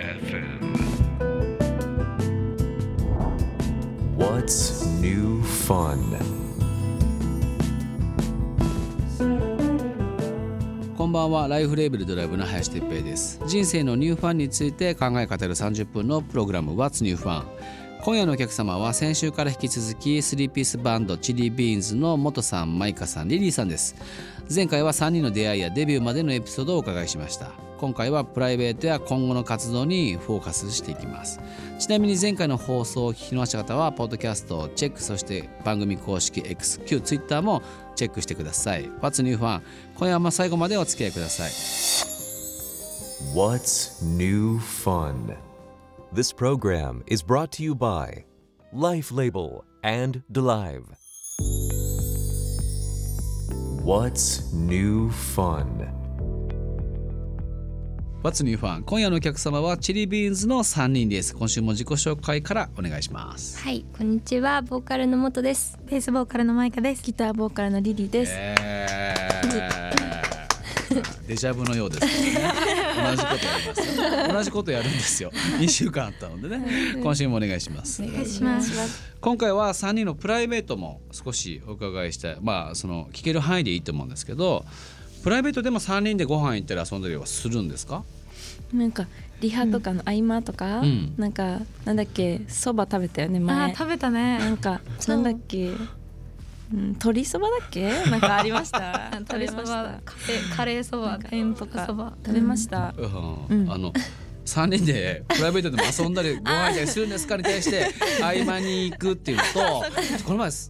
FM. What's new fun? こんばんはライフレーベルドライブの林哲平です人生のニューファンについて考え語る30分のプログラム What's New Fun 今夜のお客様は先週から引き続き3ピースバンドチリビーンズの元さんマイカさんリリーさんです前回は3人の出会いやデビューまでのエピソードをお伺いしました今回はプライベートや今後の活動にフォーカスしていきますちなみに前回の放送をお聞き逃した方はポッドキャストをチェックそして番組公式 X 旧 Twitter もチェックしてください What's New Fun 今夜も最後までお付き合いください What's new fun? This program is brought to you by Life Label and Delive. What's new fun? What's New Fun 今夜のお客様はチリビーンズの3人です今週も自己紹介からお願いしますはい、こんにちは、ボーカルのもとです。ベースボーカルのマイカです。ギターボーカルのリリーです。えー デジャブのようですね同じことやりますよ同じことやるんですよ2週間あったのでね今週もお願いしますお願いします。今回は3人のプライベートも少しお伺いしたいまあその聞ける範囲でいいと思うんですけどプライベートでも3人でご飯行ったり遊んだりはするんですかなんかリハとかの合間とか、うんなんかなんだっけそば食べたよねあ前。ー食べたなねんかそなうんだっけ、うん、鶏そばだ っけなんかありました。食べそましばた。カフェカレーそば天天ととかかそば食べました。うんうんあの3人でプライベートでも遊んだりご飯したりするんですかに対 して合間に行くっていうのとこの前そ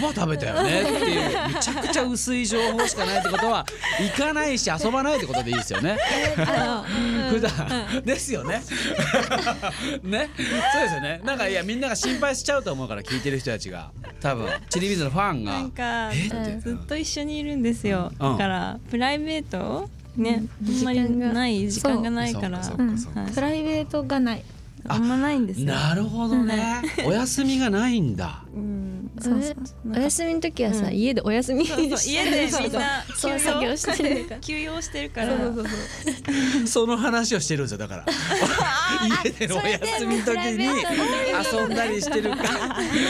ば食べたよねっていうめちゃくちゃ薄い情報しかないってことは行かないし遊ばないってことでいいですよね。普段ですよ ね。ねそうですよね。なんかいやみんなが心配しちゃうと思うから聞いてる人たちが多分チリビーズのファンが。なんかえってずっと一緒にいるんですよ。うんだからプライベートね、うんあんまり時間がない時間がないそうから。そうはいかそうかプライベートがない。あんまないんですよ。なるほどね。お休みがないんだ。うん、そうそうおなんおか休みの時はさ、うん家でお休みそうそうして家るでそうみんなそう休作業養してるから。休養してるからそうそうそうその話をしてるんですよだ から家でのお休みの時に遊んだりしてるか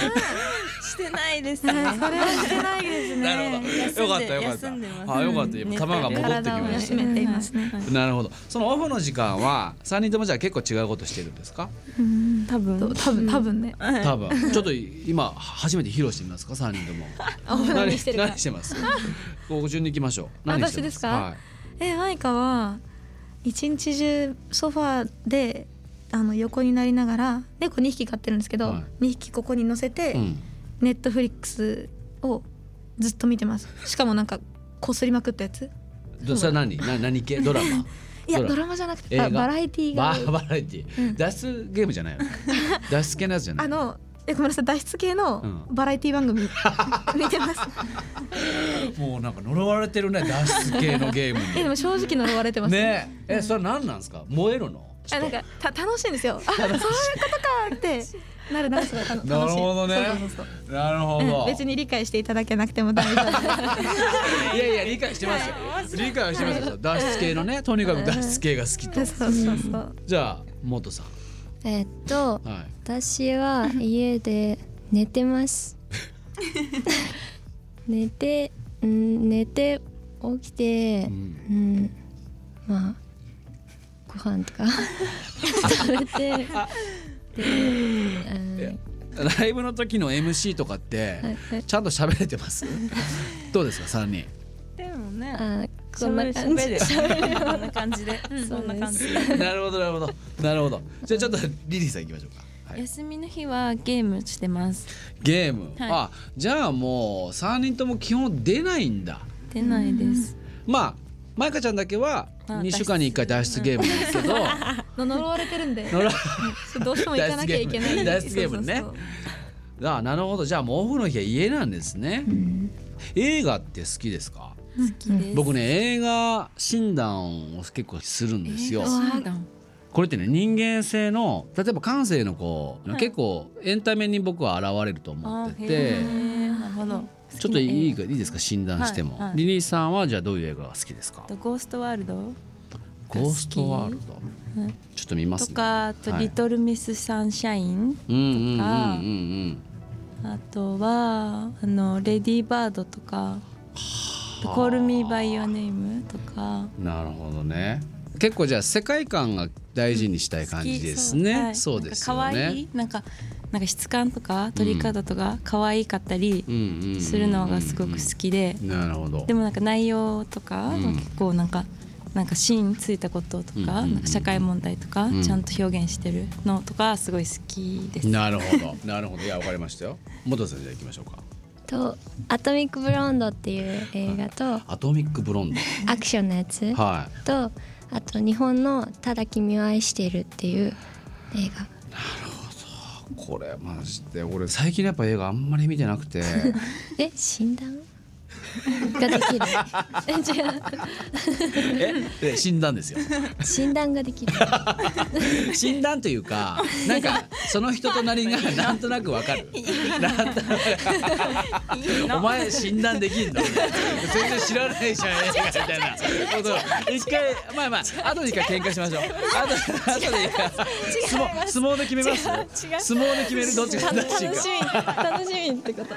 してないですね。それは してないですなるほどよかったよかった休んでますあよかった今球が戻ってき体をまし休めていますねたなるほどそのオフの時間は3人ともじゃあ結構違うことしてるんですかうん多分多分多分ね多分ちょっと今初めて披露してみますか3人と も何何してるか何してますこう順に行きましょう何してます私ですかえマイカは一日中ソファーであの横になりながら猫2匹飼ってるんですけど、はい2匹ここに乗せて、はい、うんネットフリックスをずっと見てますしかもなんかこすりまくったやつどそれは何な何系ドラマいやドラドラマじゃなくて映画ババラエティーがバーバラエティー、脱出ゲームじゃ ないよね脱出系のやつじゃないあのえごめんなさい脱出系のバラエティ番組 見てます、もうなんか呪われてるね脱出系のゲーム えでにも正直呪われてますねえそれは何なんですか燃えるのあなんかた楽しいんですよあそういうことかってなるなるすごい楽しいなるほどねそうそうそうそうなるほうん別に理解していただけなくても大丈夫いやいや理解してますよ理解はしてますよ脱出系のねとにかく脱出系が好きと そうそうそうじゃあ元さ えっと、んはい私 は家で寝てます。寝て、うん、寝て起きて、んうん、まあご飯とか食 べて、で、うんライブの時の MC とかってはいはいちゃんと喋れて ますどうですか三人でもね。あこそんんなな感感じじ。で。こんな感じで。そんな感じ。なるほどなるほどなるほどじゃあちょっとリリーさん行きましょうか、はい、休みの日はゲームしてます。ゲーム、はいあじゃあもう3人とも基本出ないんだ出ないです。まあマイカちゃんだけはあ2週間に1回脱出ゲームですけどの呪われてるんで野良 そうどうしても行かなきゃいけない脱出ゲームねそうそ うあなるほどじゃあもうオフの日は家なんですね、映画って好きですか好きです。僕ね映画診断を結構するんですよ映画診断これってね人間性の例えば感性のこう、はい結構エンタメに僕は現れると思あっーてへてーなるほど。ちょっといいかいいですか診断しても、はいはいリリーさんはじゃあどういう映画が好きですかゴーストワールド。が好きゴーストワールド、うんちょっと見ますとねかあと、はいリトルミスサンシャインうんうんうんうんうかんあとはあのレディーバードとかコールミーバイヨネームとかなるほどね結構じゃあ世界観が大事にしたい感じですね、はいそうですよねなんか可愛いなんかなんか質感とか取り方とか可愛かったりうんうんうんうんするのがすごく好きで、なるほどでもなんか内容とか、うん結構なんかなんかシーンついたこととか,、うんなんか社会問題とか、うんちゃんと表現してるのとかすごい好きです。なるほどなるほどいやわかりましたよ元田さんじゃあ行きましょうかと「アトミック・ブロンド」っていう映画とアトミックブロンドアクションのやつはいとあと日本の「ただ君を愛している」っていう映画これマジで俺最近やっぱ映画あんまり見てなく てえ診断ができるえで死んだん ですよ診断ができる診断というかなんかその人とな りがなんとなくわかるなんとなくお前診断できんの全然知らないじゃん映画みたいなこと一回まあまあ後で一回喧嘩しましょう後後で一回相撲相撲で決めます相撲で決めるどっちが正しいか楽しみってこと。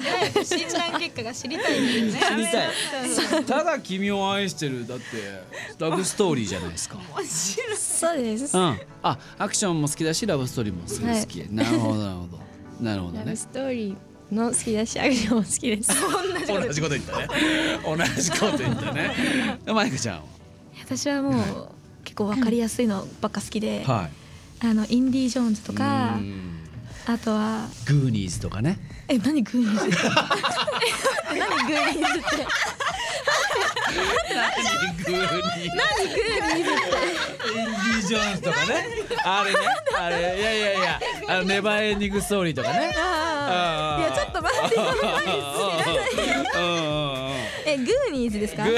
診断結果が知りたいですねみたいただ君を愛してるだってラブストーリーじゃないですかそうですうん、あアクションも好きだしラブストーリーもすごい好き、なるほどなるほどなるほどラねブストーリーの好きだしアクションも好きです同じこと言ったね同じこと言ったね マイクちゃん私はもう結構わかりやすいのばっか好きで、はあのインディ・ジョーンズといかうんあとはグーニーズとかねえ何グーニ ーズ何グーニーズエンディ・ジョーンズとかねあれねあれいやいやいやあのネバーエンディングストーリーとかねああいやちょっと待 っていえグーニーズですかやい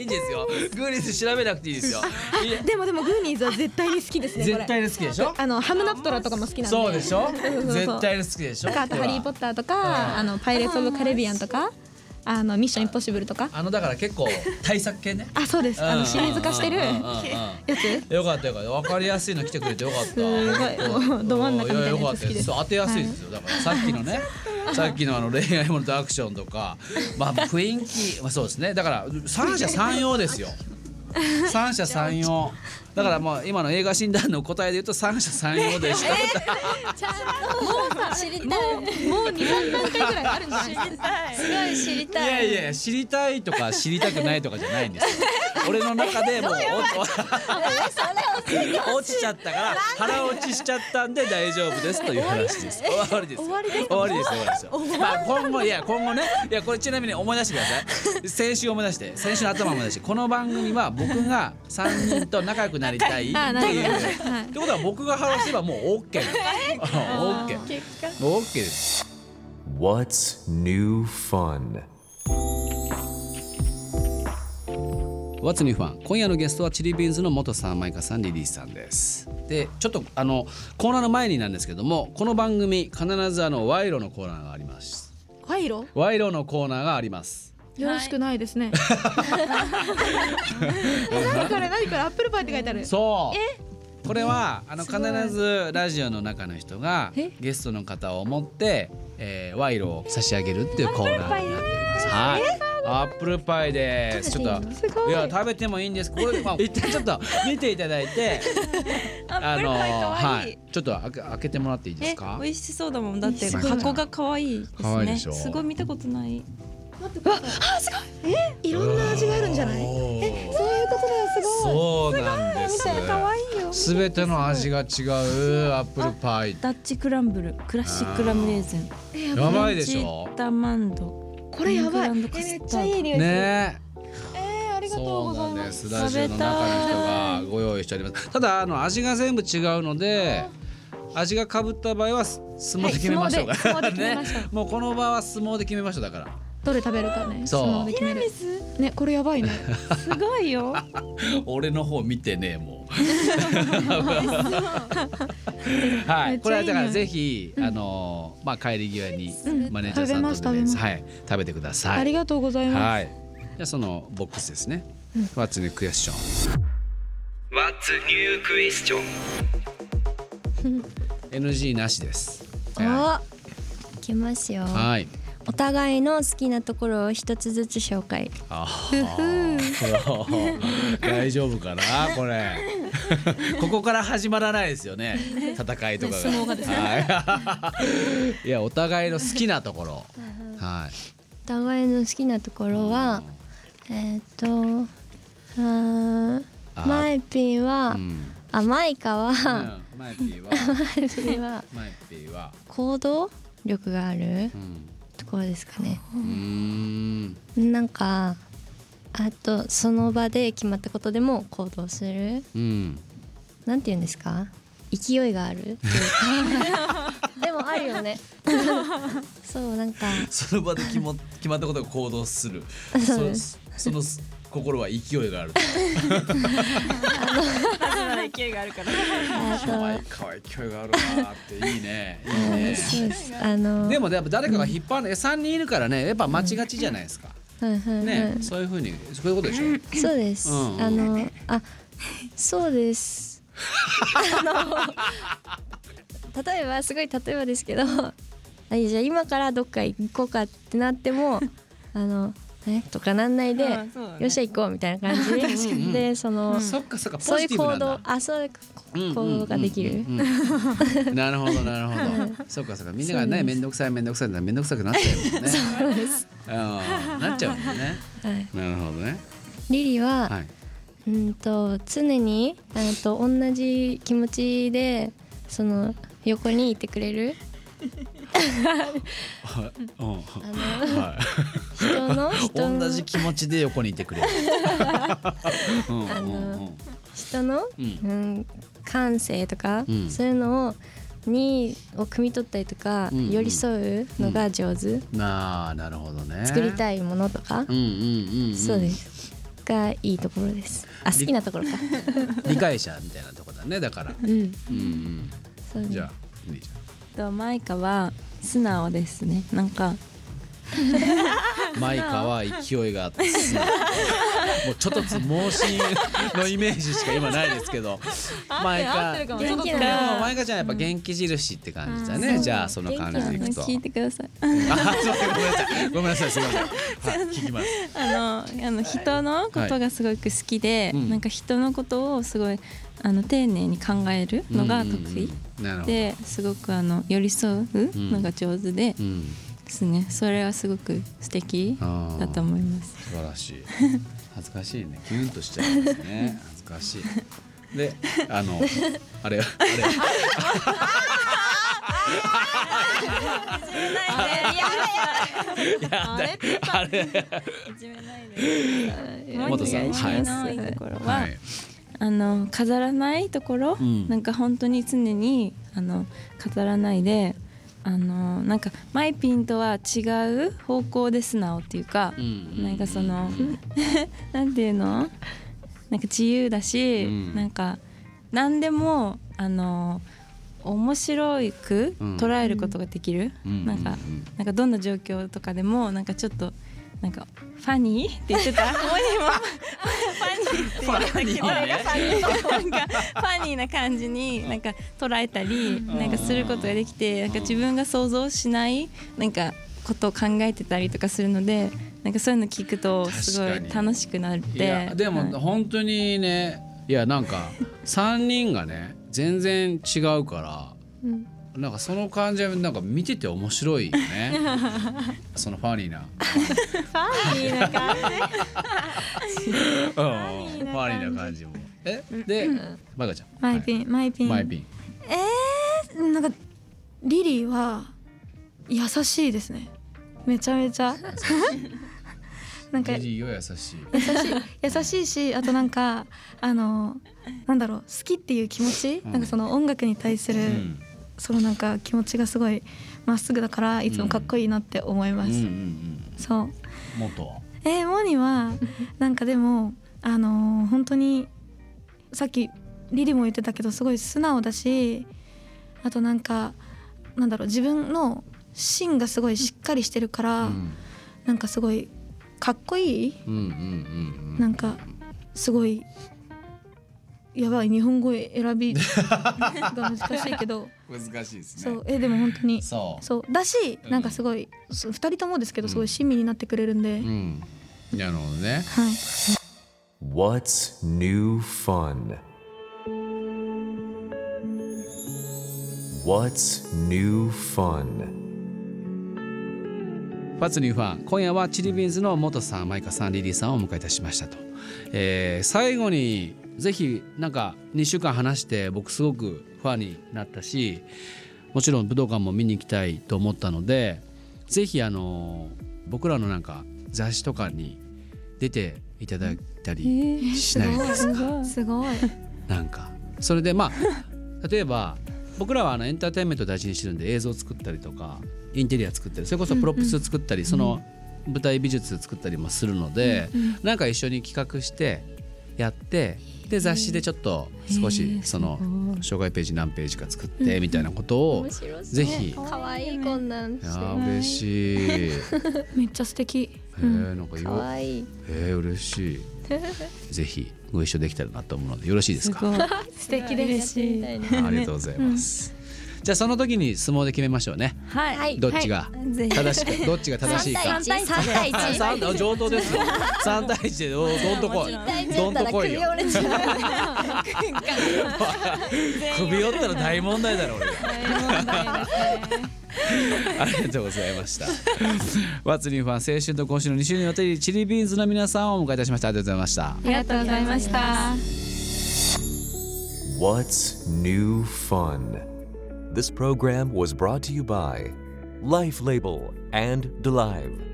いんですよグーニーズ調べなくていいですよいやでもでもグーニーズは絶対に好きですねこ絶れ対に好きでしょあのハムナプトラとかも好きなんでそうでしょそうそう絶対に好きでしょとかあと「ハリー・ポッター」とはか「あのパイレーツ・オブ・カレビアン」とか「あのミッション・インポッシブル」とかあのだから結構対策系ねあそうですあうのんシリーズ化してるうんうんうんやつうんよかったよかった分かりやすいの来てくれてよかったすごいもうど真ん中みたいなやつよかった好きですそう当てやすいですよだからさっきの ねさっきのあの恋愛ものとアクションとかまあ雰囲気まあそうですねだから三者三様 ですよ三者三様だからまあ今の映画診断の答えで言うと三者三様でしたもう23段階ぐらいあるんじゃないですかすごい知りいやいや知りたいとか知りたくないとかじゃないんですよ俺の中でもうお落ちちゃったから腹落ちしちゃったんで大丈夫ですという話です終わりです終わりです終わりです終わりですよまあ今後いや今後ねいやこれちなみに思い出してください先週思い出して先週の頭思い出してこの番組は僕が三人と仲良くなりたいってあなるいうほってことは僕が話せばもう OK オッケー OK です What's new fun? What's New Fun 今夜のゲストはチリビーンズの元さんマイカさんリリーさんですでちょっとあのコーナーの前になんですけどもこの番組必ずあの賄賂のコーナーがあります賄賂賄賂のコーナーがありますよろしくないです ねえ何これ何これアップルパイって書いてあるそうこれはあの必ずラジオの中の人がゲストの方を思って、えー、賄賂を差し上げるっていうコーナーになっておりますはいアップルパイですちょっとすごいいや食べてもいいんです。これ まあ一旦ちょっと見ていただいて、あのはいちょっと開け開けてもらっていいですえか。美味しそうだもんだってすごい箱が可愛いです可愛いでねしょすごい見たことないいろんな味があるんじゃなえいそういうことだよすごいそうなんです。すべての味が違うアップルパイ。ダッチクランブルクラシックラムレーズンややばいでしょ。ダマン ドこれやばいイングランドカえスめタードっちゃいい匂いするねえ。えーありがとうそごうざないんまですす。ラジオの中の人がご用意しております。ただあの味が全部違うので、味が被った場合はす相撲で決めましょうか。はい相撲で相撲で決めましょう ねもうこの場は相撲で決めましょうだから。どれ食べるかねそう相撲で決めるねこれやばいねすごいよ俺の方見てねも う。はい、めっちゃいいこれはだから匂いぜひ、あのーまあ帰り際にマネージャーさんとで、食べますす食べますはい食べてください。ありがとうございますはい。じゃあそのボックスですね。 What's new question? What's new question? NG なしです。はあいきますよい。はい。お互いの好きなところを一つずつ紹介あー大丈夫かなこれ ここから始まらないですよね戦いとかがはい、い やお互いの好きなところはいお互いの好きなところはえっ、とあーあマイピーは、うんあマイカうは、んマイピーはマイピーはマイピーは行動力があるうんところですかねうーんなんかあとその場で決まったことでも行動するうんなんて言うんですか勢いがあるっていうかでもあるよね そうなんかその場で決ま決まったことが行動するそうですそのその心は勢 いがある勢いがあるからあとマイカは勢いがあるなっていいねいいねそうですあのでもやっぱ誰かが引っ張る、え3人いるからねやっぱ待ちがちじゃないですか、はいはいはいね、そういうふうにそういうことでしょ、そうです、うんうんあのあそうですあの例えばすごい例えばですけどあいいじゃあ今からどっか行こうかってなってもあのえとかなんないで、うんそうだねよっしゃ行こうみたいな感じででその、そっかそっかポそういジうティブなん行動だあそういううんうん行動ができる、うんうんうんなるほどなるほどそっかそっかみんながね面倒くさい面倒くさいって面倒くさくなっちゃうもんねそうですなっちゃうもんねはい、なるほどねリリは、はいうんと常にあと同じ気持ちでその横にいてくれるうんあのはい、人の人の 同じ気持ちで横にいて くれる。うんうんうん人の、ううんん感性とか、うんそういうのをにを汲み取ったりとか、うんうん寄り添うのが上手、なあなるほどね。作りい。たいものとかう、んうんうん、うん、そうですがいいところですあ好きなとこ ろか理解者みたいなとこだねだから。うんうんそううでん。すじゃあいいじとマイカは素直ですねなんかゃん。マイカは勢いがあってす ごい。もうちょっとつ盲信のイメージしか今ないですけど。マイカ。でも元気なのマイカちゃんやっぱ元気印って感じだうんね。そうじゃあその感じでいくと。聞いてください あ、すいませんごめんなさい。ごめんなさいすみません。はい聞きます。あのあの人のことがすごく好きで、うんなんか人のことをすごいあの丁寧に考えるのが得うん意うんうん。なるほど。ですごくあの寄り添うのが上手でうん。ですねそれはすごく素敵あーだと思います素晴らしい恥ずかしいねキュンとしちゃいますね恥ずかしいであのあ れあれ あれあれもう一回元さん一番いいところは、はいあの飾らないところ、うんなんか本当に常にあの飾らないであのなんかマイピンとは違う方向で素直っていうか、うんなんかその なんていうのなんか自由だし、うんなんか何でもあの面白くうん捉えることができる、うんなんか、うんなんかどんな状況とかでもなんかちょっとなんかファニーって 言ってた本人も ファニーねなんかファニーな感じになんか捉えたりなんかすることができてなんか自分が想像しないなんかことを考えてたりとかするのでなんかそういうの聞くとすご確かいに楽しくなっいてやではもい本当にねいやなんか三人がね全然違うからうんなんかその感じはなんか見てて面白いよねそのファニーなファニーな感じファニーな感じもえでマイカちゃんマイピン、マイピンン。マイピンン。なんかリリーは優しいですね。めちゃ めちゃ。なんかリリーは優しい 優しい優しいしあとなんかあのなんだろう好きっていう気持ち、んなんかその音楽に対する、うんそのなんか気持ちがすごいまっすぐだからいつもかっこいいなって思いまうす、んうんうんそう元はえー、モ ニはなんかでもあのー本当にさっきリリも言ってたけどすごい素直だしあとなんかなんだろう自分の芯がすごいしっかりしてるから、うんなんかすごいかっこいいうんうんうんうんなんかすごいやばい日本語選 びが難しいけど難しいですそねうえでも本当にそうそうだしうんなんかすごい2人ともですけどうんすごい親身になってくれるんで、うんなるほどねはい What's new fun? What's new fun? ファツニューファン今夜はチリビーンズの元さんマイカさんリリーさんをお迎えいたしましたと、えー最後にぜひなんか2週間話して僕すごくファンになったしもちろん武道館も見に行きたいと思ったのでぜひあの僕らのなんか雑誌とかに出ていただいたりしないですか、すごいなんかそれでまあ 例えば僕らはあのエンターテインメントを大事にしてるんで映像作ったりとかインテリア作ったりそれこそプロップス作ったり、その舞台美術作ったりもするので、なんか一緒に企画してやってで雑誌でちょっと少しその障害ページ何ページか作ってみたいなことを面白そうぜひ。可愛いこんなんしいてやー嬉 しい。へめっちゃ素敵えなんかよ可愛いへえ嬉しい。ぜひご一緒できたらなと思うのでよろしいですか。ごい素敵嬉ですしいあありがとうございます。じゃあその時に相撲で決めましょうね。はい、はいどっちがぜひ正しくどっちが正しいか。三対一三対一あ三あ上等ですよ。三対一でおどんとこい。大丈ど夫んだとったらこい首よ。折れちゃう首折ったら大問題だろ俺。ありがとうございました。ワッツリンファン青春と今週の2週にわたりチリビーンズの皆さんをお迎えいたしました。ありがとうございました。ありがとうございました。 What's new fun? This program was brought to you by Life Label and DeLive.